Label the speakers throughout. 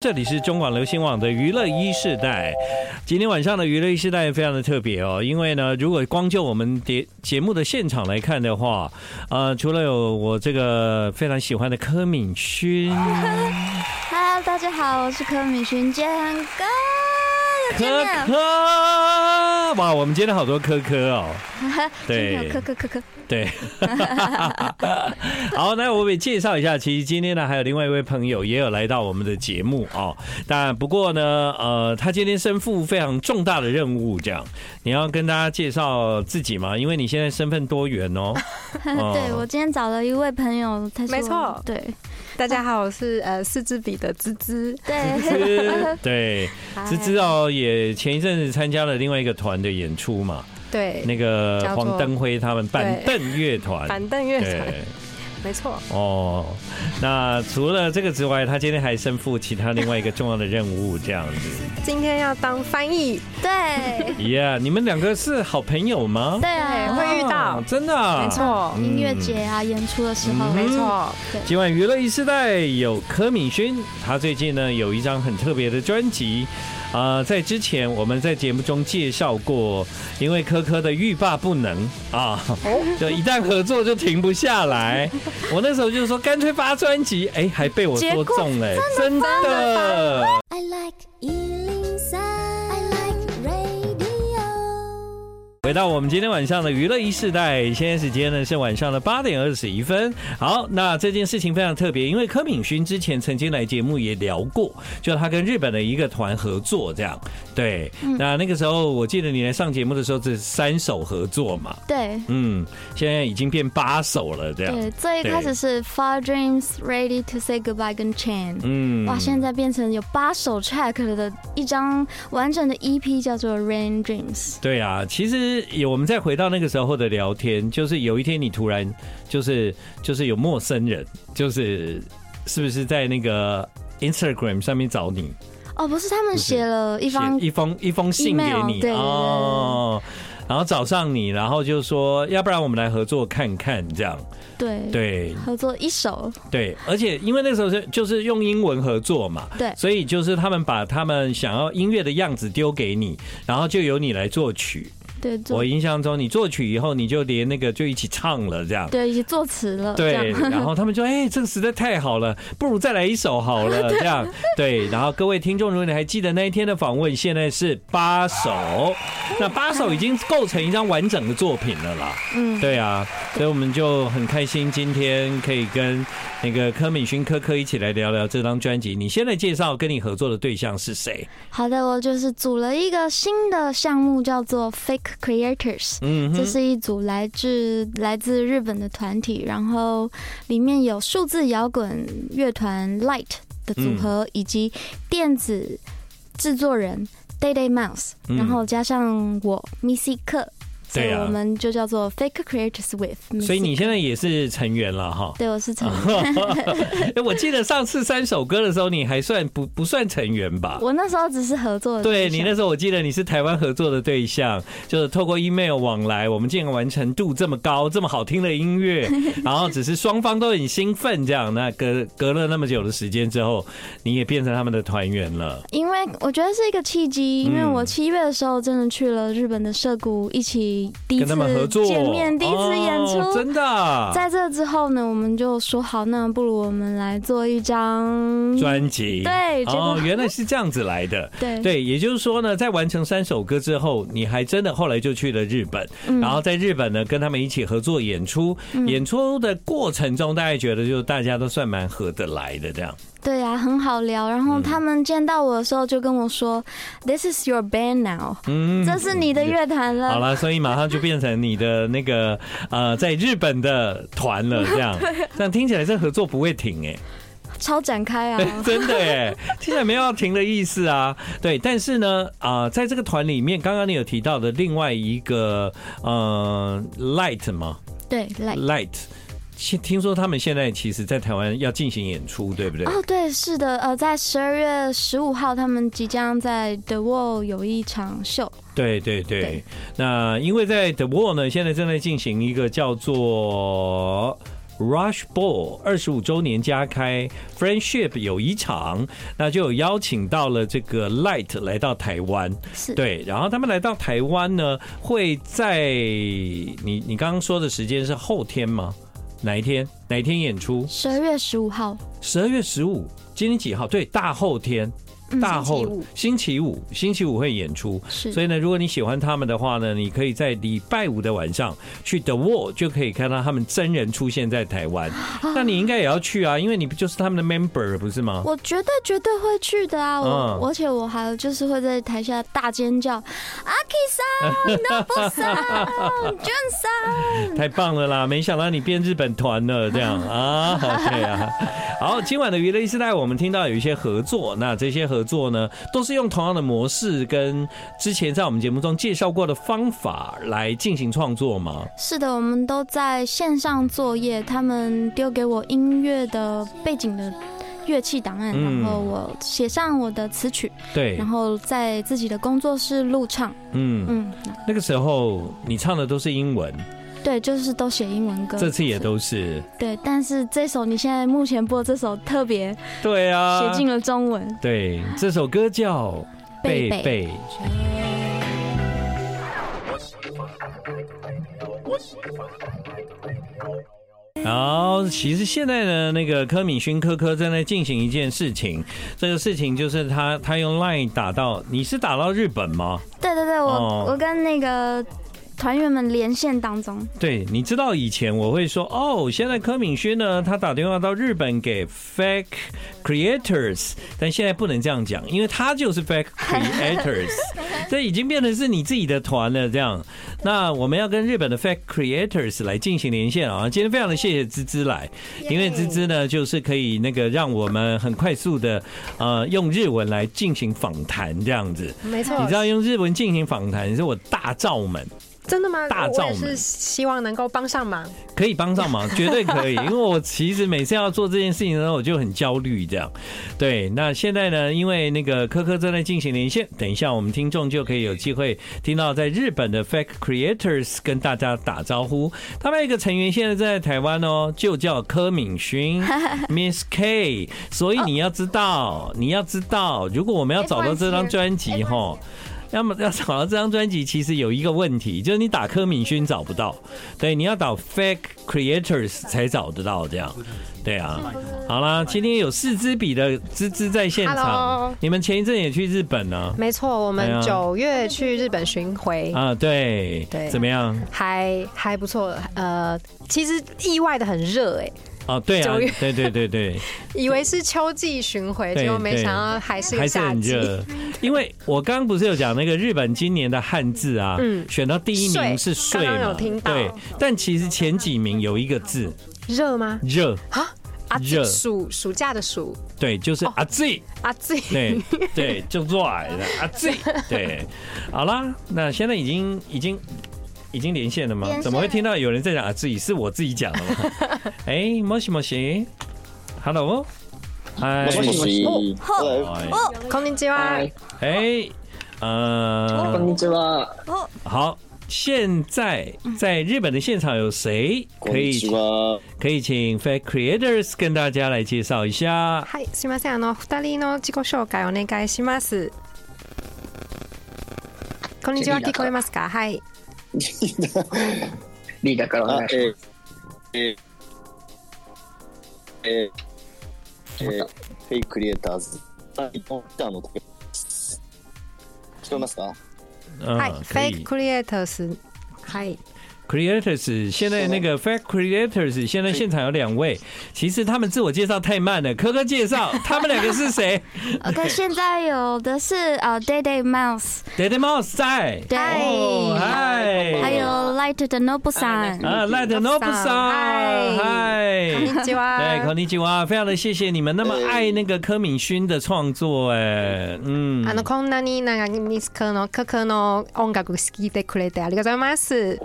Speaker 1: 这里是中广流行网的娱乐一世代，今天晚上的娱乐一世代非常的特别哦，因为呢，如果光就我们节节目的现场来看的话，呃，除了有我这个非常喜欢的柯敏 勋，
Speaker 2: Hello，大家好，我是柯敏勋，建恒哥又见
Speaker 1: 柯
Speaker 2: 面
Speaker 1: 柯
Speaker 2: 了，，
Speaker 1: 哇，我们今天好多柯柯 哦，对
Speaker 2: 今天有柯柯柯柯，
Speaker 1: 对， 好，那我也介绍一下，其实今天呢，还有另外一位朋友也有来到我们的节目哦。但不过呢，呃，他今天身负非常重大的任务，这样你要跟大家介绍自己嘛，因为你现在身份多元哦。哦
Speaker 2: 对我今天找了一位朋友，他是我
Speaker 3: 没错
Speaker 2: 对
Speaker 3: 大家好，我是呃四支笔的芝芝。
Speaker 2: 对，
Speaker 1: 对，
Speaker 2: 嗨
Speaker 1: 芝芝哦，也前一阵子参加了另外一个团的演出嘛，
Speaker 3: 对，
Speaker 1: 那个
Speaker 3: 叫做
Speaker 1: 黄登辉他们板凳乐团，
Speaker 3: 板凳乐团，
Speaker 1: 对。
Speaker 3: 没错，
Speaker 1: 哦，那除了这个之外，他今天还身负其他另外一个重要的任务，这样子。
Speaker 3: 今天要当翻译，
Speaker 2: 对
Speaker 1: Yeah，你们两个是好朋友吗？
Speaker 2: 对
Speaker 3: 对，
Speaker 2: 啊，
Speaker 3: 会遇到
Speaker 1: 哦，，真的、啊，
Speaker 3: 没。错，
Speaker 2: 音乐节啊，演出的时
Speaker 1: 嗯
Speaker 2: 候，
Speaker 3: 没错，
Speaker 1: 今晚娱乐一时代有柯敏勋，他最近呢有一张很特别的专辑，啊、在之前我们在节目中介绍过，因为柯柯的欲罢不能啊，
Speaker 3: 哦
Speaker 1: 就一旦合作就停不下来。我那时候就说干脆发专辑，哎、还被我说中了、哎真的
Speaker 4: I like Ealing Sound. I like radio.
Speaker 1: 回到我们今天晚上的娱乐一世代，现在时间呢是晚上的八点二十一分。好，那这件事情非常特别，因为柯敏勋之前曾经来节目也聊过，就他跟日本的一个团合作这样。对，
Speaker 2: 嗯
Speaker 1: 那那个时候我记得你来上节目的时候是三首合作嘛，
Speaker 2: 对
Speaker 1: 嗯，现在已经变八首了这样。
Speaker 2: 对，最一开始是 Far Dreams Ready to Say Goodbye 跟 Chain。
Speaker 1: 嗯
Speaker 2: 哇，现在变成有八首 track 的一张完整的 EP，叫做《Rain Dreams
Speaker 1: 对啊，其实有我们再回到那个时候的聊天，就是有一天你突然就是就是有陌生人，就是是不是在那个 Instagram 上面找你，》。
Speaker 2: 哦，不是，他们写了一方
Speaker 1: 写一封一封信给
Speaker 2: email，
Speaker 1: 你
Speaker 2: 对
Speaker 1: 哦，然后找上你，然后就说要不然我们来合作看看这样，
Speaker 2: 对
Speaker 1: 对
Speaker 2: 合作一首，
Speaker 1: 对，而且因为那时候是就是用英文合作嘛，
Speaker 2: 对
Speaker 1: 所以就是他们把他们想要音乐的样子丢给你，然后就由你来作曲。
Speaker 2: 对，做
Speaker 1: 我印象中，你作曲以后，你就连那个就一起唱了，这样。
Speaker 2: 对，也作词了，这
Speaker 1: 对，
Speaker 2: 样
Speaker 1: 然后他们就哎、这个实在太好了，不如再来一首好了，这样对。然后各位听众，如果你还记得那一天的访问，现在是八首，那八首已经构成一张完整的作品了啦。
Speaker 2: 嗯，
Speaker 1: 对啊，所以我们就很开心，今天可以跟那个柯敏勋科科一起来聊聊这张专辑。你先来介绍跟你合作的对象是谁？
Speaker 2: 好的，我就是组了一个新的项目，叫做 Fake Creators。
Speaker 1: 嗯
Speaker 2: 这是一组来自来自日本的团体，然后里面有数字摇滚乐团 Light 的组合，
Speaker 1: 嗯
Speaker 2: 以及电子制作人 Day Day Mouse，、
Speaker 1: 嗯
Speaker 2: 然后加上我 Missy 克，所以
Speaker 1: 对啊
Speaker 2: 我们就叫做 Fake Creators with Missy。
Speaker 1: 所以你现啊在也是成员了哈。
Speaker 2: 对我是成员，
Speaker 1: 哎，我记得上次三首歌的时候，你还算不不算成员吧？
Speaker 2: 我那时候只是合作的
Speaker 1: 对
Speaker 2: 对象，
Speaker 1: 你那时候，我记得你是台湾合作的对象，就是透过 email 往来，我们竟然完成度这么高、这么好听的音 乐，然后只是双方都很兴奋这样。那隔隔了那么久的时间之后，你也变成他们的团员了。
Speaker 2: 因为我觉得是一个契机，因为
Speaker 1: 嗯
Speaker 2: 我七月的时候真的去了日本的涩谷，一起第一
Speaker 1: 跟
Speaker 2: 次
Speaker 1: 他们合作，
Speaker 2: 见面，第一次演出。
Speaker 1: 哦真的啊
Speaker 2: 在这之后呢，我们就说好，那不如我们来做一张
Speaker 1: 专辑
Speaker 2: 对结果
Speaker 1: 哦，原来是这样子来的。
Speaker 2: 对
Speaker 1: 对，也就是说呢，在完成三首歌之后，你还真的后来就去了日本，然后在日本呢跟他们一起合作演出，演出的过程中，大家觉得就大家都算蛮合得来的这样。
Speaker 2: 对呀、很好聊。然
Speaker 1: 嗯
Speaker 2: 后他们见到我的时候就跟我说、t h i s is your band now，、
Speaker 1: 嗯，
Speaker 2: 这是你的乐团了。
Speaker 1: 好了，所以马上就变成你的那个呃，在日本的团了这样。这样听起来这合作不会停哎、，
Speaker 2: 超展开 啊
Speaker 1: 真的哎，听起来没有要停的意思啊。对，但是呢，啊、在这个团里面，刚刚你有提到的另外一个，呃，Light 嘛
Speaker 2: 对，like。
Speaker 1: ，Light，现听说他们现在其实在台湾要进行演出，对不对？
Speaker 2: 哦，对，是的，呃，在十二月十五号，他们即将在 The Wall 有一场秀，
Speaker 1: 对对对。
Speaker 2: 对
Speaker 1: 那因为在 The Wall 呢，现在正在进行一个叫做。Rush Ball 二十五周年加开 Friendship 有一场，那就有邀请到了这个 Light 来到台湾，
Speaker 2: 是
Speaker 1: 对，然后他们来到台湾呢，会在你你刚刚说的时间是后天吗？哪一天？哪一天演出？
Speaker 2: 十二月十五号，
Speaker 1: 十二月十五，今天几号？对，大后天，
Speaker 2: 嗯
Speaker 1: 大
Speaker 3: 星期
Speaker 1: 后
Speaker 3: 五
Speaker 1: 星期五，星期五会演出。
Speaker 2: 是
Speaker 1: 所以呢，如果你喜欢他们的话呢，你可以在礼拜五的晚上去 The Wall 就可以看到他们真人出现在台湾。那你应该也要去啊，因为你不就是他们的 member 不是吗？
Speaker 2: 我绝对绝对会去的啊！我、
Speaker 1: 嗯
Speaker 2: 而且我还就是会在台下大尖叫，阿 k 桑、那不桑、卷桑，
Speaker 1: 太棒了啦！没想到你变日本团了，这样 啊，OK 啊。好，今晚的娱乐一时代，我们听到有一些合作，那这些合作呢，都是用同样的模式跟之前在我们节目中介绍过的方法来进行创作吗？
Speaker 2: 是的，我们都在线上作业，他们丢给我音乐的背景的乐器档案，
Speaker 1: 嗯
Speaker 2: 然后我写上我的词曲，
Speaker 1: 对
Speaker 2: 然，后在自己的工作室录唱。
Speaker 1: 嗯，
Speaker 2: 嗯，
Speaker 1: 那个时候你唱的都是英文，
Speaker 2: 对，就是都写英文歌。
Speaker 1: 这次也都是，
Speaker 2: 对，但是这首你现在目前播这首特别
Speaker 1: 对啊
Speaker 2: 写，进了中文。
Speaker 1: 对，这首歌叫《
Speaker 2: 贝贝
Speaker 1: 贝》。然后，其实现在呢，那个柯敏勋科科正在进行一件事情，这个事情就是他他用 LINE 打到，你是打到日本吗？
Speaker 2: 对对对，我、
Speaker 1: 哦
Speaker 2: 我跟那个团员们连线当 中，
Speaker 1: 对，你知道以前我会说哦，现在柯敏勋呢，他打电话到日本给 fake creators，但现在不能这样讲，因为他就是 fake creators，这已经变成是你自己的团了。这样，那我们要跟日本的 fake creators 来进行连线啊。今天非常的谢谢芝芝来，因为芝芝呢，就是可以那个让我们很快速的呃用日文来进行访谈这样子。
Speaker 3: 没错，
Speaker 1: 你知道用日文进行访谈是我大罩门。
Speaker 3: 真的吗？
Speaker 1: 大
Speaker 3: 我
Speaker 1: 罩
Speaker 3: 我也
Speaker 1: 门
Speaker 3: 是希望能够帮上忙。
Speaker 1: 可以帮上忙，绝对可以，因为我其实每次要做这件事情的时候，我就很焦虑这样。对，那现在呢，因为那个科科正在进行连线，等一下我们听众就可以有机会听到在日本的 Fake Creators 跟大家打招呼。他们有一个成员现在在台湾哦，就叫柯敏勋 Miss K，所以你要知道，你要知道，如果我们要找到这张专辑哈。要么要找到这张专辑，其实有一个问题，就是你打柯敏勋找不到，对，你要打 fake creators 才找得到这样。对啊，好啦，今天有四支笔的芝芝在现场
Speaker 3: Hello，
Speaker 1: 你们前一阵也去日本呢、
Speaker 3: 没错，我
Speaker 1: 哎呀
Speaker 3: 们九月去日本巡回，
Speaker 1: 啊？对，
Speaker 3: 对
Speaker 1: 怎么样？
Speaker 3: 还还不错。呃，其实意外的很热哎、
Speaker 1: 哦，对啊
Speaker 3: 九月，
Speaker 1: 对对对 对，
Speaker 3: 以为是秋季巡回，
Speaker 1: 对
Speaker 3: 结果没想到还是
Speaker 1: 还是
Speaker 3: 夏
Speaker 1: 很
Speaker 3: 季。
Speaker 1: 热，因为我刚刚不是有讲那个日本今年的汉字啊，
Speaker 3: 嗯
Speaker 1: 选到第一名
Speaker 3: 税
Speaker 1: 是税
Speaker 3: 刚刚
Speaker 1: 嘛，
Speaker 3: 有听到
Speaker 1: 对，但其实前几名有一个字
Speaker 3: 热吗？
Speaker 1: 热，
Speaker 3: 啊啊！
Speaker 1: 热
Speaker 3: 暑暑假的暑
Speaker 1: 对，就是啊自己。
Speaker 3: 啊，自 己
Speaker 1: 对对，就做矮了啊，自己对，好啦，那现在已经已经已经连线了吗
Speaker 2: 连线？了
Speaker 1: 怎么会听到有人在讲啊自己？是我自己讲的 吗？哎，莫西莫西，Hello，嗨
Speaker 5: も，しもし。は
Speaker 2: 哦
Speaker 1: 嗨
Speaker 3: 空间之外
Speaker 5: い。
Speaker 1: 哎，
Speaker 5: こん
Speaker 2: 哦
Speaker 1: 呃，
Speaker 5: にちは。
Speaker 1: 好，现在在日本的现场有谁
Speaker 5: こん
Speaker 1: 可
Speaker 5: に
Speaker 1: 以
Speaker 5: ちは。
Speaker 1: 可以请 Fake Creators 跟大家来介绍一下？
Speaker 3: はい、すみません。あの二人の自己紹介お願いします。こんにちは、
Speaker 6: リーダー
Speaker 3: 聞こえますか？はい。
Speaker 6: リーダーからお
Speaker 5: あ
Speaker 6: 願い、し
Speaker 5: えー、えー、えー、えー、フェイククリエイターズ。はい、のギターの時です。聞こえますか
Speaker 1: 嗯
Speaker 3: はい、フ
Speaker 1: 可
Speaker 3: ェイク
Speaker 1: 以。
Speaker 3: クリエイターズ。はい。
Speaker 1: Creators 现在那个 Fact Creators 现在现场有两位，其实他们自我介绍太慢了。科科介绍他们两个是谁
Speaker 2: OK，现呃在有的是呃 Day Day Mouse，
Speaker 1: ？Dead Mouse 在，
Speaker 2: 对，
Speaker 1: 哦嗨，
Speaker 2: 还有 Light 的 Noble さん。
Speaker 1: 啊，Light Nobu
Speaker 3: 嗨
Speaker 1: 嗨，
Speaker 3: こんにち
Speaker 1: 对，こん。にちは，
Speaker 3: は
Speaker 1: 非常的谢谢你们那么爱那个柯敏勋的创作，哎，嗯，
Speaker 3: あのこんなになんかミスクのククの音楽聴いてくれてありがとうございます。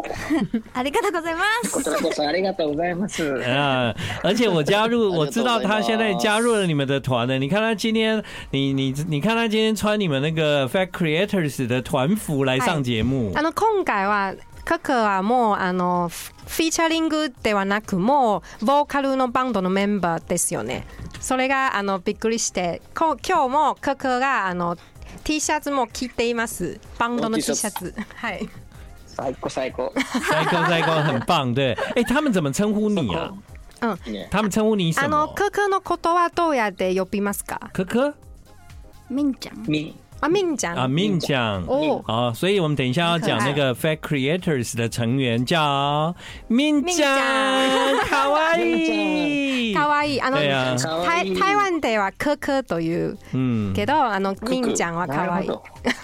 Speaker 2: ありがとうございます。
Speaker 5: こちらこそありがとうございます。
Speaker 1: 啊！ 而且我加入，我知道他现在加入了你们的团了。你看他今天，你你你看他今天穿你们那个 Fact Creators 的团服来上节目
Speaker 3: あ。の今回はカクはもうあのフフィーチャリングではなくもうボーカルのバンドのメンバーですよねそれがあのびっくりしてこ今日もカクがあの T シャツも着ていますバンドの T
Speaker 5: T
Speaker 3: シ
Speaker 5: シャツ
Speaker 3: ャツはい
Speaker 5: 最高最高。
Speaker 1: 塞高塞高，很棒。对，哎，他们怎么称呼你啊？
Speaker 5: ね、
Speaker 1: 他哦们称呼你什
Speaker 3: あの
Speaker 1: 么？
Speaker 3: カクのことはどうやって呼びますか
Speaker 1: 可可
Speaker 2: みんちゃん。
Speaker 5: み、
Speaker 3: あみんちゃん
Speaker 1: 啊，哦命奖。
Speaker 3: お
Speaker 1: 好，所以我们等一下要讲那个 Fact Creators 的成员叫命
Speaker 3: 命
Speaker 1: 奖
Speaker 3: 奖，
Speaker 1: 卡哇伊，
Speaker 3: かわいいあの、
Speaker 1: 对啊
Speaker 5: かわ
Speaker 3: 台
Speaker 5: いい。
Speaker 3: 台湾ではカクという
Speaker 1: 嗯，
Speaker 3: けどあの
Speaker 5: クク
Speaker 3: みんちゃんはかわいい
Speaker 5: なるほ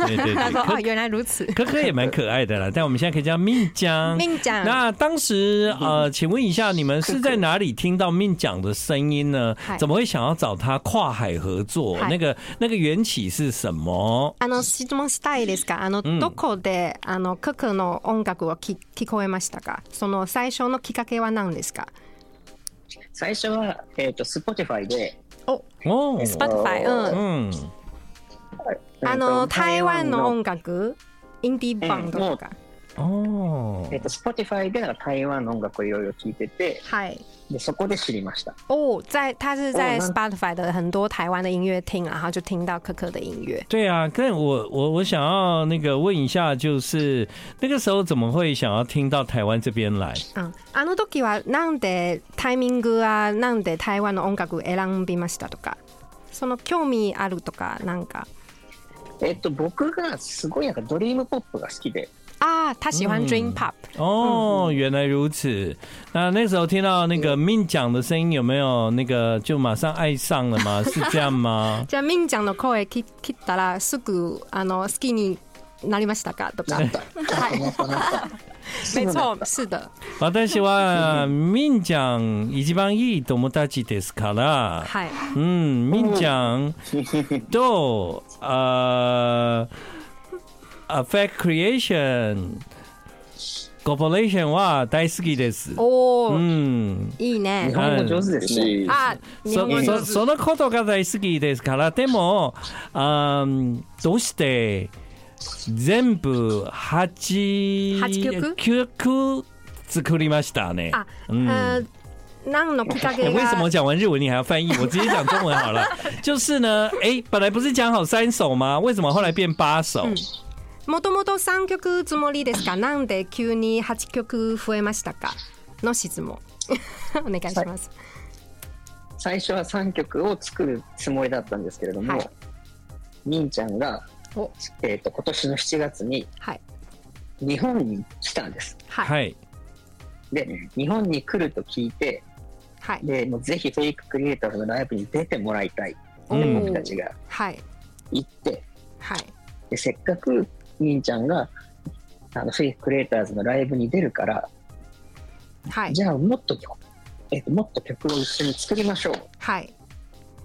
Speaker 1: 对对 对，
Speaker 3: あの
Speaker 1: 可
Speaker 3: あ原来如此
Speaker 1: 可可也蛮可爱的啦，但我们现在可以叫命酱。
Speaker 3: みんちゃん
Speaker 1: 那当时
Speaker 3: 嗯
Speaker 1: 呃，请问一下，你们是在哪里听到命奖的声音呢
Speaker 3: 嗨？
Speaker 1: 怎么会想要找他跨海合作？
Speaker 3: 嗨
Speaker 1: 那个那个缘起是什么？
Speaker 3: あの質問したいですか。あの、
Speaker 1: ん
Speaker 3: どこであのククの音楽をき聞こえましたか。その最初のきっかけは何ですか。
Speaker 6: 最初は、えー、と Spotify で、
Speaker 1: 哦，
Speaker 3: Spotify、うん。
Speaker 1: 嗯，
Speaker 6: えーと
Speaker 3: あの台湾の音楽、インディーバンドとか。
Speaker 1: 哦
Speaker 6: え。ー、と Spotify でなんか台湾の音楽をいろいろ聴いてて
Speaker 3: はい。
Speaker 6: でそこで知りました
Speaker 3: 哦，在他是在
Speaker 6: 哦那
Speaker 3: Spotify 的很多台湾的音乐厅，然后就听到可可的音乐。
Speaker 1: 对啊，但我我我想要那个问一下，就是那个时候怎么会想要听到台湾这边来？
Speaker 3: うん。あの時はなんでタイミングはなんで台湾の音楽選びましたとか。その興味あるとかなんか。
Speaker 6: えっ、と僕がすごいなんかドリームポップが好き で
Speaker 3: ああ、他喜欢 Dream Pop。
Speaker 1: 哦，原来如此。那那时候听到那个命奖的声音，有没有那个就马上爱上了吗？是这样 吗？
Speaker 3: じゃあみんちゃんの声き切ったらすぐあの好きになりましたかとか。はい。 没错，是的。
Speaker 1: 私は命奖一番いい友達ですから。
Speaker 3: はい。
Speaker 1: 嗯，命奖都呃呃 fact creation corporation は大好きです。
Speaker 3: おお、
Speaker 1: 嗯。
Speaker 3: いいね
Speaker 6: 日。本語上手で
Speaker 5: ど。
Speaker 6: すね、
Speaker 5: し
Speaker 3: あ、日本語
Speaker 1: そ
Speaker 3: 上
Speaker 1: そ
Speaker 3: 手。
Speaker 1: そのことが大好きですからでもあーどうして全部8
Speaker 3: 八曲
Speaker 1: 曲作りましたね。
Speaker 3: あ、
Speaker 1: うん
Speaker 3: 呃，何のきっか
Speaker 1: 哎
Speaker 3: け
Speaker 1: 为什么
Speaker 3: が。
Speaker 1: 讲完日文你还要翻译？我直接讲中文好 了。就是呢，哎、本来不是讲好三首吗？为什么后来变八首？
Speaker 3: もともと三曲つもりですか。なんで急に八曲増えましたか。の質問。 お願いします。
Speaker 6: 最初は3曲を作るつもりだったんですけれども、
Speaker 3: はい
Speaker 6: みんちゃんが
Speaker 3: お、
Speaker 6: えー、と今年の7月に
Speaker 3: はい。
Speaker 6: 日本に来たんです
Speaker 3: はい。
Speaker 1: はい。
Speaker 6: で日本に来ると聞いて
Speaker 3: はい。
Speaker 6: でもうぜひフェイククリエイターズのライブに出てもらいたい
Speaker 1: うん
Speaker 6: で僕たちが
Speaker 3: はい。
Speaker 6: 行って
Speaker 3: はい。
Speaker 6: でせっかくみんちゃんがあのフェイククリエイターズのライブに出るから
Speaker 3: はい。
Speaker 6: じゃあもっと、えっともっと曲を一緒に作りましょう
Speaker 3: はい。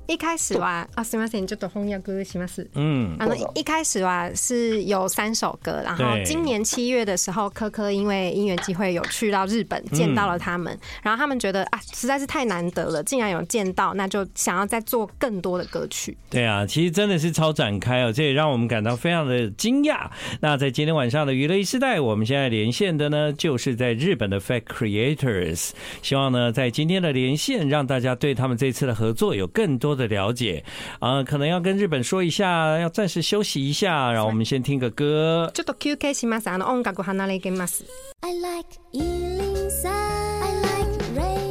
Speaker 3: 一开始は、あ、すみません。ちょっと翻訳します。
Speaker 1: 嗯，
Speaker 3: あの
Speaker 6: どうぞ
Speaker 3: 一开始啊是有三首歌，然后
Speaker 1: 对
Speaker 3: 今年七月的时候，科科因为因缘机会有去到日本，见到了他
Speaker 1: 嗯
Speaker 3: 们，然后他们觉得啊实在是太难得了，竟然有见到，那就想要再做更多的歌曲。
Speaker 1: 对啊，其实真的是超展开哦，这也让我们感到非常的惊讶。那在今天晚上的娱乐一时代，我们现在连线的呢，就是在日本的 Fact Creators。希望呢，在今天的连线，让大家对他们这次的合作有更多的了解。啊、可能要跟日本说一下，要暂时休息一下，然后我们先听个歌。
Speaker 3: ちょっと休憩します。あの音楽離れ てます。
Speaker 4: I like Ealing Sound. I like radio.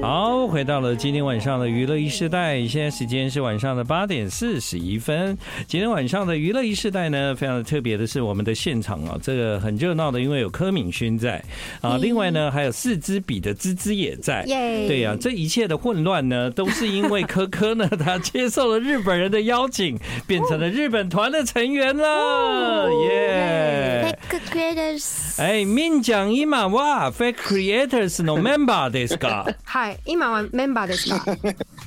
Speaker 1: 好、好，回到了今天晚上的娱乐一世代，现在时间是晚上的八点四十一分。今天晚上的娱乐一世代呢，非常的特别的是我们的现场啊、这个很热闹的，因为有柯敏勋在啊，另外呢还有四支笔的芝芝也在。
Speaker 2: 耶
Speaker 1: 对呀、这一切的混乱呢，都是因为柯柯呢，他接受了日本人的邀请，变成了日本团的成员了，耶、
Speaker 2: Like creators
Speaker 1: 哎、みんちゃん、今は Fake Creators のメンバーですか
Speaker 3: はい、今はメンバーで すか。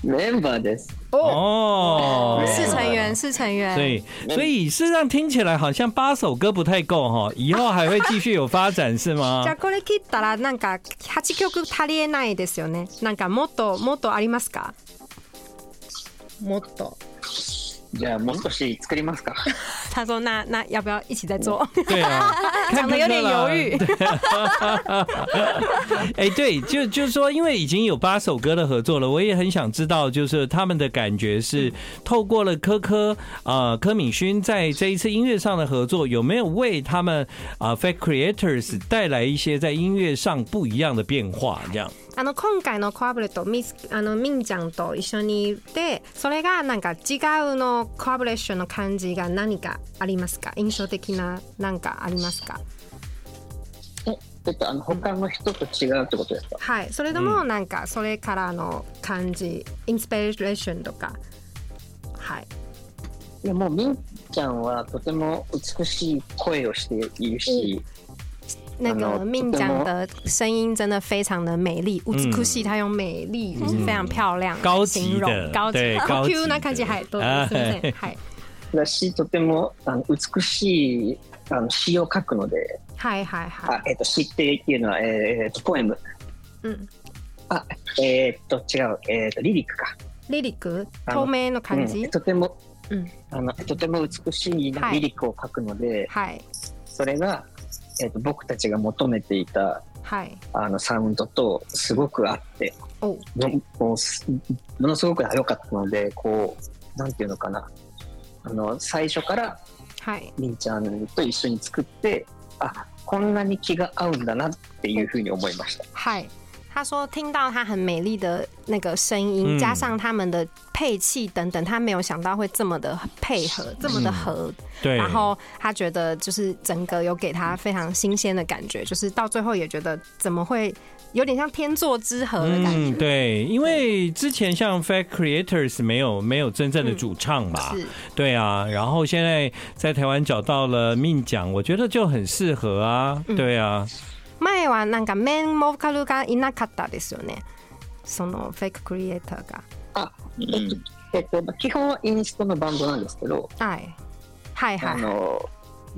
Speaker 6: メンバーです。
Speaker 3: お、
Speaker 1: 哦。
Speaker 3: 四成员，四成员。
Speaker 1: 所以，所以事实上听起来好像八首歌不太够哈，以后还会继续有发展是吗
Speaker 3: じゃ？あこれ切ったらなんか八曲足りえないですよね。なんかもっともっとありますか。もっと。
Speaker 6: じゃあ、もう少し作りますか。
Speaker 3: 他说那那要不要一起 再做？
Speaker 1: 对 啊，看
Speaker 3: 讲得有点犹豫
Speaker 1: 看看啦。对 哎，对，就就是说，因为已经有八首歌的合作了，我也很想知道，就是他们的感觉
Speaker 3: 嗯
Speaker 1: 是透过了柯柯呃柯敏勋在这一次音乐上的合作，有没有为他们啊、呃 Fake Creators 带来一些在音乐上不一样的变化？这样，
Speaker 3: あの今回のコアブレとミスあのミンちゃんと一緒にでそれがなんか違うのコアブレーションの感じが何かありますか印象的ななんかありますか
Speaker 6: えちょっとあの他の人と違うってことですか
Speaker 3: はいそれともなんかそれからの感じインスピレーションとかはい
Speaker 6: いやもうみんちゃんはとても美しい声をしているし、
Speaker 3: 那
Speaker 6: あ
Speaker 3: 个
Speaker 6: の
Speaker 3: 命讲的声音真的非常的美丽，乌兹库西它用美丽、非常漂亮来
Speaker 1: 高级
Speaker 3: 形容
Speaker 1: 的
Speaker 3: 高
Speaker 1: 对
Speaker 3: 级
Speaker 1: 高
Speaker 3: 高
Speaker 1: 级
Speaker 3: Q 那看起来还多，是不
Speaker 1: 哎
Speaker 3: 是？ 嗨
Speaker 6: だしとてもあの美しいあの詩を書くので
Speaker 3: 嗨嗨嗨，
Speaker 6: あ、えっと詩っていうのは、えーえっとポエム
Speaker 3: 嗯
Speaker 6: あえっと違う、えっとリリックか、
Speaker 3: ，Lilic
Speaker 6: あ
Speaker 3: 透
Speaker 6: の
Speaker 3: 明の感
Speaker 6: う
Speaker 3: じ
Speaker 6: ん、とても、
Speaker 3: うん
Speaker 6: あのとても美しい
Speaker 3: はい
Speaker 6: リリックを書くので、
Speaker 3: 嗨
Speaker 6: それが、えっと僕たちが求めていた
Speaker 3: 嗨
Speaker 6: あのサウンドとすごく合って
Speaker 3: 哦，
Speaker 6: ももうすものすごく良かったのでこうなんていうのかなあの最初から
Speaker 3: 嗨。
Speaker 6: りんちゃんと一緒に作ってあこんなに気が合うんだなっていうふうに思いました
Speaker 3: 嗨，他说听到她很美丽的那个声
Speaker 1: 嗯
Speaker 3: 音，加上他们的配器等等，他没有想到会这么的配合，这么的合。
Speaker 1: 对，
Speaker 3: 然后他觉得就是整个有给他非常新鲜的感觉，就是到最后也觉得怎么会有点像天作之合的感
Speaker 1: 嗯，
Speaker 3: 觉。
Speaker 1: 对，因为之前像 Fat Creators 没有没有真正的主唱嘛，
Speaker 3: 嗯是
Speaker 1: 对啊，然后现在在台湾找到了命奖，我觉得就很适合啊，
Speaker 3: 嗯
Speaker 1: 对啊，
Speaker 3: 前はなんかメンモーカルがいなかったですよね。そのフェイククリエイターが。
Speaker 5: うん
Speaker 6: えっと、基本はインストのバンドなんですけど
Speaker 3: はいはいはい
Speaker 6: あ
Speaker 3: はい。
Speaker 6: の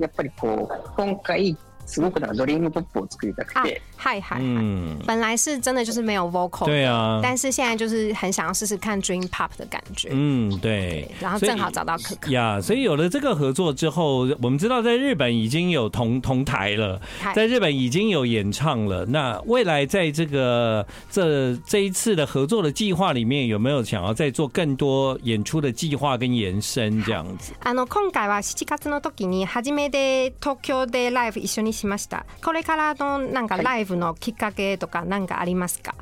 Speaker 6: やっぱりこう今回すごくなんかドリームポップを作りたく
Speaker 3: 啊
Speaker 6: て、
Speaker 3: はいはいはい。
Speaker 1: 嗯，
Speaker 3: 本来是真的就是没有 vocal 的
Speaker 1: 对啊，
Speaker 3: 但是现在就是很想要试试看 dream pop 的感觉，
Speaker 1: 嗯，对
Speaker 3: 对，然后
Speaker 1: 所以
Speaker 3: 正好找到可可，
Speaker 1: 呀所以有了这个合作之后，我们知道在日本已经有同同台了，
Speaker 3: 嗨
Speaker 1: 在日本已经有演唱了。那未来在这个这这一次的合作的计划里面，有没有想要再做更多演出的计划跟延伸这样子？
Speaker 3: あの今回は7月の時に初めて東京でライブ一緒にしました。これからのなんかライブのきっかけとかなんかありますか？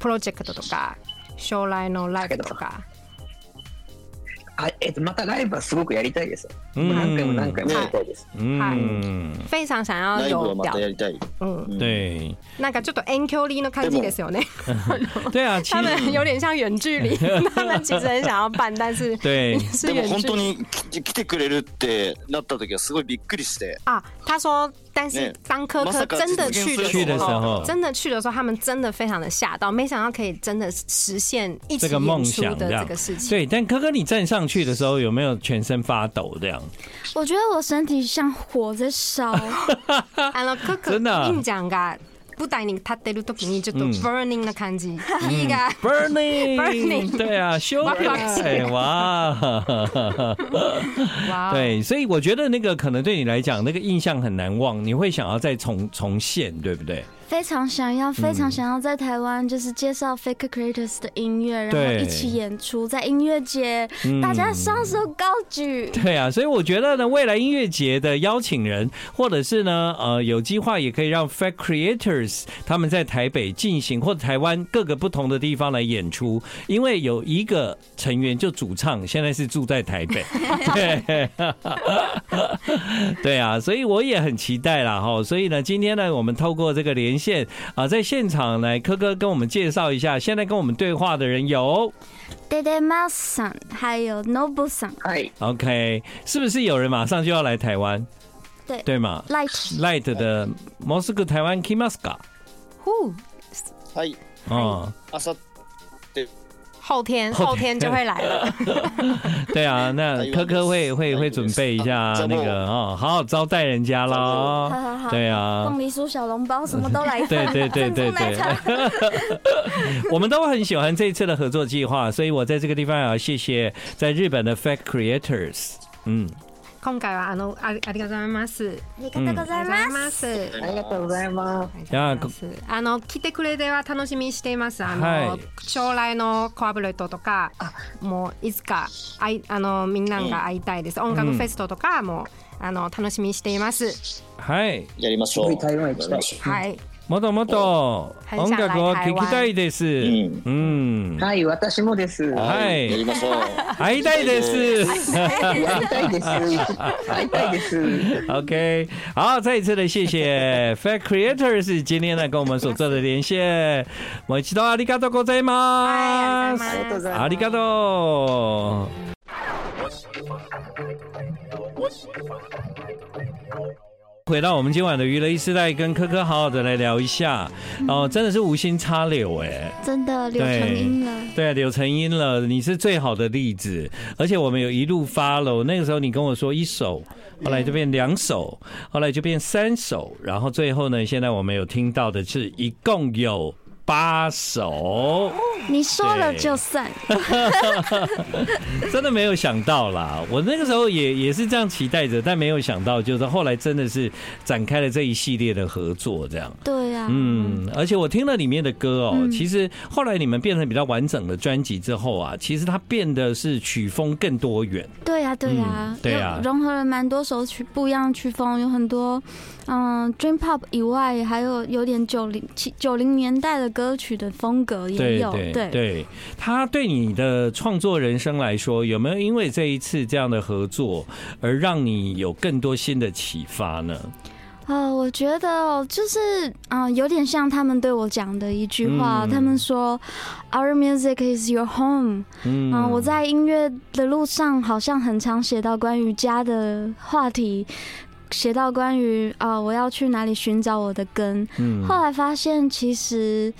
Speaker 3: プロジェクトとか将来のライブとか。
Speaker 6: あえっと、またライブはすごくやりたいですよ、何回も何回もやりたいです、
Speaker 1: 嗯，
Speaker 3: 非常想
Speaker 5: ラ
Speaker 3: 要
Speaker 5: イ
Speaker 3: 有
Speaker 5: ブは
Speaker 3: 表
Speaker 5: またやりたい。
Speaker 3: 嗯，
Speaker 1: 对
Speaker 3: なんかちょっと遠距離の感じですよね。
Speaker 1: 对啊，其
Speaker 3: 他们有点像远距 离，他们其实很想要办，但是
Speaker 1: 对
Speaker 3: 是
Speaker 5: でも
Speaker 3: 远
Speaker 5: 本
Speaker 3: 距
Speaker 5: 当
Speaker 3: 离。
Speaker 5: に来来てくれるってなった時はすごいびっくりして。
Speaker 3: 啊，他说，但是
Speaker 5: ね
Speaker 3: 当科
Speaker 5: ま
Speaker 3: 科
Speaker 5: さか
Speaker 3: 真的去
Speaker 1: 去的
Speaker 3: 的
Speaker 1: 时
Speaker 3: 时
Speaker 1: 候
Speaker 3: 候，真的去的时候，他们真的非常的吓到，没想到可以真的实现一起
Speaker 1: 这个梦
Speaker 3: 演出
Speaker 1: 想
Speaker 3: 的
Speaker 1: 这
Speaker 3: 这
Speaker 1: 样
Speaker 3: 个事 情。
Speaker 1: 对，但科科你站上去的时候有没有全身发抖这样？
Speaker 2: 我觉得我身体像火 在烧，
Speaker 3: あの科科
Speaker 1: 真的啊嗯
Speaker 3: 印象が舞台に立ってる時にちょっと burning な感じ、火が
Speaker 1: Burning，,
Speaker 3: Burning
Speaker 1: 对啊，修改哇，
Speaker 3: 哇 哦，
Speaker 1: 对，所以我觉得那个可能对你来讲，那个印象很难忘，你会想要再重重现，对不对？
Speaker 2: 非常想要，非常想要在台湾就是介绍 Faker Creators 的音乐，然后
Speaker 1: 对
Speaker 2: 一起演出在音乐节，
Speaker 1: 嗯
Speaker 2: 大家双手高举。
Speaker 1: 对啊，所以我觉得呢，未来音乐节的邀请人，或者是呢，呃，有计划也可以让 Fact Creators 他们在台北进行，或者台湾各个不同的地方来演出，因为有一个成员就主唱，现在是住在台北，对， 对啊，所以我也很期待啦哈。所以呢，今天呢，我们透过这个连线啊、在现场来科科跟我们介绍一下，现在跟我们对话的人有。
Speaker 2: d a d a Mouse さん还有 Nobu さん
Speaker 6: はい。
Speaker 1: OK，是不是有人马上就要来台湾？
Speaker 2: 对
Speaker 1: 对嘛
Speaker 2: Light
Speaker 1: ，Light 的モスク台湾 k i m a s k a
Speaker 3: 呼，
Speaker 5: はい。
Speaker 1: 哦，
Speaker 5: あさ
Speaker 3: 后天
Speaker 1: 后天
Speaker 3: 后天就会来 了。
Speaker 1: 对 啊，那
Speaker 5: 台湾
Speaker 1: 科科会会
Speaker 5: 台湾
Speaker 1: 会准备一下
Speaker 5: 啊
Speaker 1: 那个
Speaker 5: 招募
Speaker 1: 哦，好好招待人家
Speaker 2: 好
Speaker 1: 啦。
Speaker 2: 好好，
Speaker 1: 对啊嗯
Speaker 2: 凤，梨酥、小笼包什么都 来一
Speaker 1: 对
Speaker 2: 份，
Speaker 1: 对对对
Speaker 2: 珍珠奶茶。
Speaker 1: 我们都很喜欢这一次的合作计划，所以我在这个地方也要谢谢在日本的 Fact Creators。嗯，
Speaker 3: 今回はあのありありがとうございます。
Speaker 2: ありがとうございます。
Speaker 3: す。
Speaker 6: ありがとうございます。
Speaker 1: や
Speaker 3: ありがとうございますあの来てくれては楽しみにしています。あの、
Speaker 1: はい
Speaker 3: 将来のコアブレットとか、もういつかあいあのみんなが会いたいです。音楽フェストとかも、あの楽しみにしています。
Speaker 1: はい、
Speaker 5: やりましょ
Speaker 6: すご
Speaker 5: う。
Speaker 6: い台湾行きたい
Speaker 3: はい。
Speaker 1: もっともっと
Speaker 3: はい
Speaker 1: 音楽を聴きたいです。
Speaker 5: ん嗯
Speaker 1: うん、
Speaker 6: はい、私もです。や
Speaker 1: はい
Speaker 5: やりましょう。
Speaker 1: 会いたいです。
Speaker 6: りたいです。会いたいです。
Speaker 1: OK，好，再一次的谢谢 Fact Creators 今天呢跟我们所做的连线，我知道阿里嘎多ござい
Speaker 3: あ
Speaker 1: ま
Speaker 3: り
Speaker 1: す
Speaker 3: がとうございます。
Speaker 1: ありがとう。回到我们今晚的娱乐一时代，跟科科好好的来聊一下哦，真的是无心插柳哎、
Speaker 2: 真的柳成荫了，
Speaker 1: 对，柳成荫了，你是最好的例子，而且我们有一路 follow。那个时候你跟我说一首，后来就变两首，后来就变三首，然后最后呢，现在我们有听到的是一共有八首，
Speaker 2: 你说了就算。
Speaker 1: 真的没有想到啦。我那个时候也也是这样期待着，但没有想到，就是后来真的是展开了这一系列的合作，这样。
Speaker 2: 对啊，
Speaker 1: 嗯，而且我听了里面的歌哦，
Speaker 2: 嗯
Speaker 1: 其实后来你们变成比较完整的专辑之后啊，其实它变得是曲风更多元。
Speaker 2: 对呀、对呀、啊
Speaker 1: 嗯对啊
Speaker 2: 融合了蛮多首曲不一样的曲风，有很多嗯，dream pop 以外，还有有点九零七九零年代的歌曲的风格也有，
Speaker 1: 对对，他对你的创作人生来说，有没有因为这一次这样的合作，而让你有更多新的启发呢？
Speaker 2: 呃，我觉得哦就是嗯、呃有点像他们对我讲的一句话，
Speaker 1: 嗯
Speaker 2: 他们说，Our music is your home。
Speaker 1: 嗯
Speaker 2: 嗯、我在音乐的路上好像很常写到关于家的话题。写到关于啊、呃我要去哪里寻找我的根，
Speaker 1: 嗯
Speaker 2: 后来发现，其实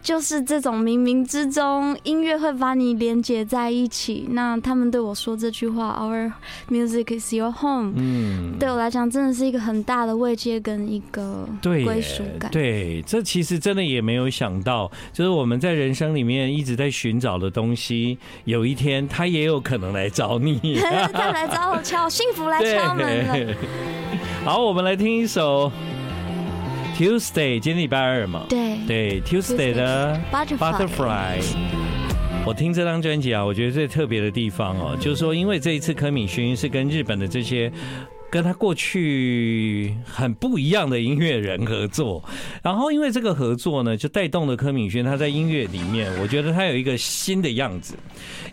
Speaker 2: 就是这种冥冥之中，音乐会把你连接在一起。那他们对我说这句话：“Our music is your home。
Speaker 1: 嗯”
Speaker 2: 对我来讲，真的是一个很大的慰藉跟一个
Speaker 1: 对耶
Speaker 2: 归属感。
Speaker 1: 对，这其实真的也没有想到，就是我们在人生里面一直在寻找的东西，有一天它也有可能来找你。
Speaker 2: 他来找我敲，幸福来敲门了。
Speaker 1: 对， 好，我们来听一首 Tuesday，今天礼拜二嘛。
Speaker 2: 对
Speaker 1: 对 Tuesday 的
Speaker 2: Butterfly
Speaker 1: Butterfly。我听这张专辑啊，我觉得最特别的地方哦，就是说，因为这一次柯敏勋是跟日本的这些。跟他过去很不一样的音乐人合作，然后因为这个合作呢，就带动了柯敏轩他在音乐里面，我觉得他有一个新的样子，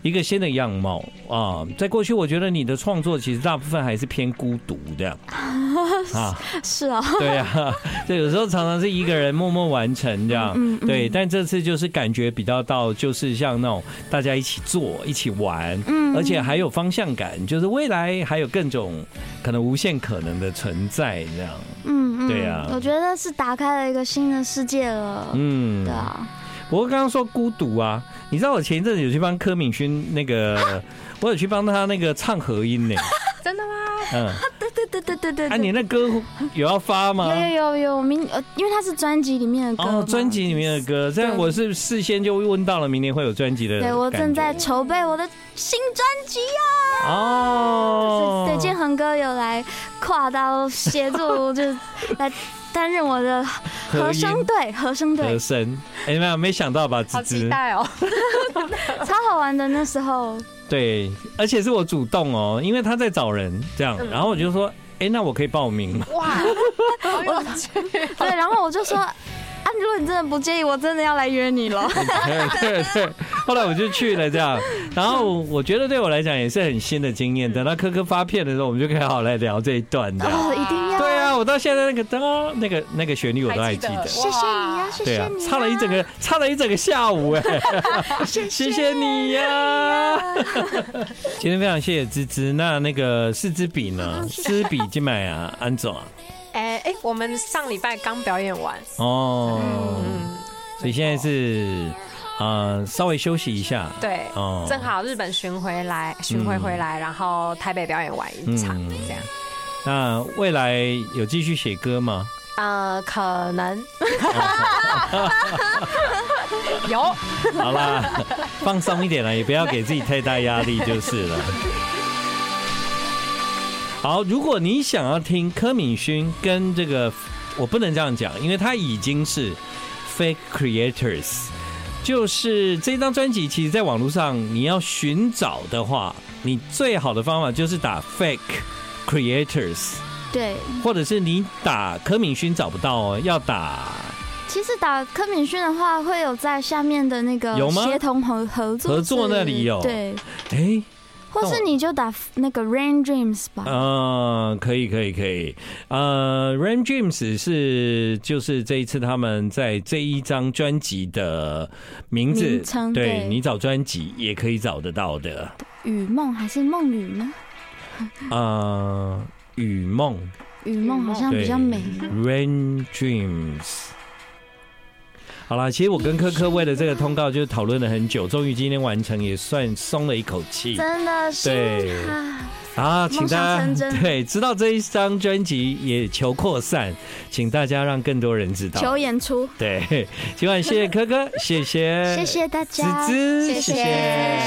Speaker 1: 一个新的样貌啊。在过去，我觉得你的创作其实大部分还是偏孤独的啊，
Speaker 2: 是啊，
Speaker 1: 对啊，对，有时候常常是一个人默默完成这样，
Speaker 2: 嗯嗯
Speaker 1: 对。但这次就是感觉比较到，就是像那种大家一起做、一起玩，
Speaker 2: 嗯
Speaker 1: 而且还有方向感，就是未来还有更种可能无限可能的存在这样，
Speaker 2: 嗯嗯，
Speaker 1: 对啊
Speaker 2: 我觉得是打开了一个新的世界了。
Speaker 1: 嗯
Speaker 2: 对。啊，
Speaker 1: 不过刚刚说孤独啊，你知道我前一阵子有去帮柯敏勋那
Speaker 2: 啊
Speaker 1: 个，我有去帮他那个唱和音 呢，
Speaker 3: 真的吗？
Speaker 1: 嗯，
Speaker 2: 对对对对对对
Speaker 1: 啊，
Speaker 2: 对。
Speaker 1: 你那歌有要发吗？
Speaker 2: 有有有有明呃，因为它是专辑里面的歌嘛，
Speaker 1: 哦，专辑里面的歌，这样
Speaker 2: 对
Speaker 1: 我是事先就问到了明年会有专辑的感觉。
Speaker 2: 对，我正在筹备我的新专辑啊呀。
Speaker 1: 哦
Speaker 2: 对，建恒哥有来跨刀协助，就是来担任 我的和声队，和声
Speaker 1: 和
Speaker 2: 队
Speaker 1: 声。哎、没有没想到吧，
Speaker 3: 好
Speaker 1: 芝
Speaker 3: 期
Speaker 1: 芝。
Speaker 3: 待哦！
Speaker 2: 超好玩的那时候，
Speaker 1: 对，而且是我主动哦，因为他在找人这
Speaker 2: 嗯
Speaker 1: 样，然后我就说，哎、那我可以报名 吗？
Speaker 3: 哇，好有趣
Speaker 2: 对，然后我就说。 啊！如果你真的不介意，我真的要来约你 了。
Speaker 1: 对对对。后来我就去了这样，然 后我觉得对我来讲也是很新的经验。等到科科发片的时候，我们就可以好好来聊这一段这样。
Speaker 2: 哦，一定要！
Speaker 1: 对啊，我到现在那个当那个那个旋律我都还记得。
Speaker 2: 谢谢你啊，谢
Speaker 1: 对
Speaker 2: 谢
Speaker 1: 啊
Speaker 2: 你、，
Speaker 1: 唱了一整个，唱了一整个下午哎、 谢谢你呀、
Speaker 2: 啊
Speaker 1: 啊今天非常谢谢芝芝，那那个四支笔
Speaker 2: 嗯
Speaker 1: 呢？四支笔今买啊，安总啊，
Speaker 3: 哎哎，我们上礼拜刚表演完，
Speaker 1: 哦，
Speaker 2: 嗯
Speaker 1: 所以现在是呃稍微休息一下，
Speaker 3: 对，
Speaker 1: 哦
Speaker 3: 正好日本巡回来，巡回回来，然后台北表演完一场
Speaker 1: 嗯
Speaker 3: 这样。
Speaker 1: 那未来有继续写歌吗？
Speaker 3: 呃，可能有。
Speaker 1: 好啦，放松一点啦，也不要给自己太大压力就是了。好，如果你想要听柯敏勋跟这个，我不能这样讲，因为他已经是 fake creators，就是这张专辑，其实在网络上你要寻找的话，你最好的方法就是打 fake creators，
Speaker 2: 对，
Speaker 1: 或者是你打柯敏勋找不到哦，要打
Speaker 2: 其实打柯敏勋的话，会有在下面的那个
Speaker 1: 有吗
Speaker 2: 协同合合作
Speaker 1: 合作那里有
Speaker 2: 对，
Speaker 1: 哎。
Speaker 2: 或是你就打那个 Rain Dreams 吧。
Speaker 1: 嗯，可以，可以，可以。呃，Ram James 是就是这一次他们在这一张专辑的名字
Speaker 2: 名，称
Speaker 1: 对
Speaker 2: 对
Speaker 1: 你找专辑也可以找得到的。
Speaker 2: 雨梦还是梦雨呢？
Speaker 1: 呃，雨梦，
Speaker 2: 雨梦好像
Speaker 1: 对
Speaker 2: 啊比较美。
Speaker 1: ，Rain Dreams。好啦，其实我跟科科为了这个通告就讨论了很久，终于今天完成，也算松了一口气。
Speaker 2: 真的是
Speaker 1: 对
Speaker 2: 啊，
Speaker 1: 啊，请大
Speaker 2: 梦想
Speaker 1: 家
Speaker 2: 成真
Speaker 1: 对知道这一张专辑也求扩散，请大家让更多人知道。
Speaker 2: 求演出，
Speaker 1: 对，今晚谢谢科科，谢谢，
Speaker 2: 谢谢大
Speaker 1: 芝
Speaker 2: 家。
Speaker 1: 芝，
Speaker 3: 谢谢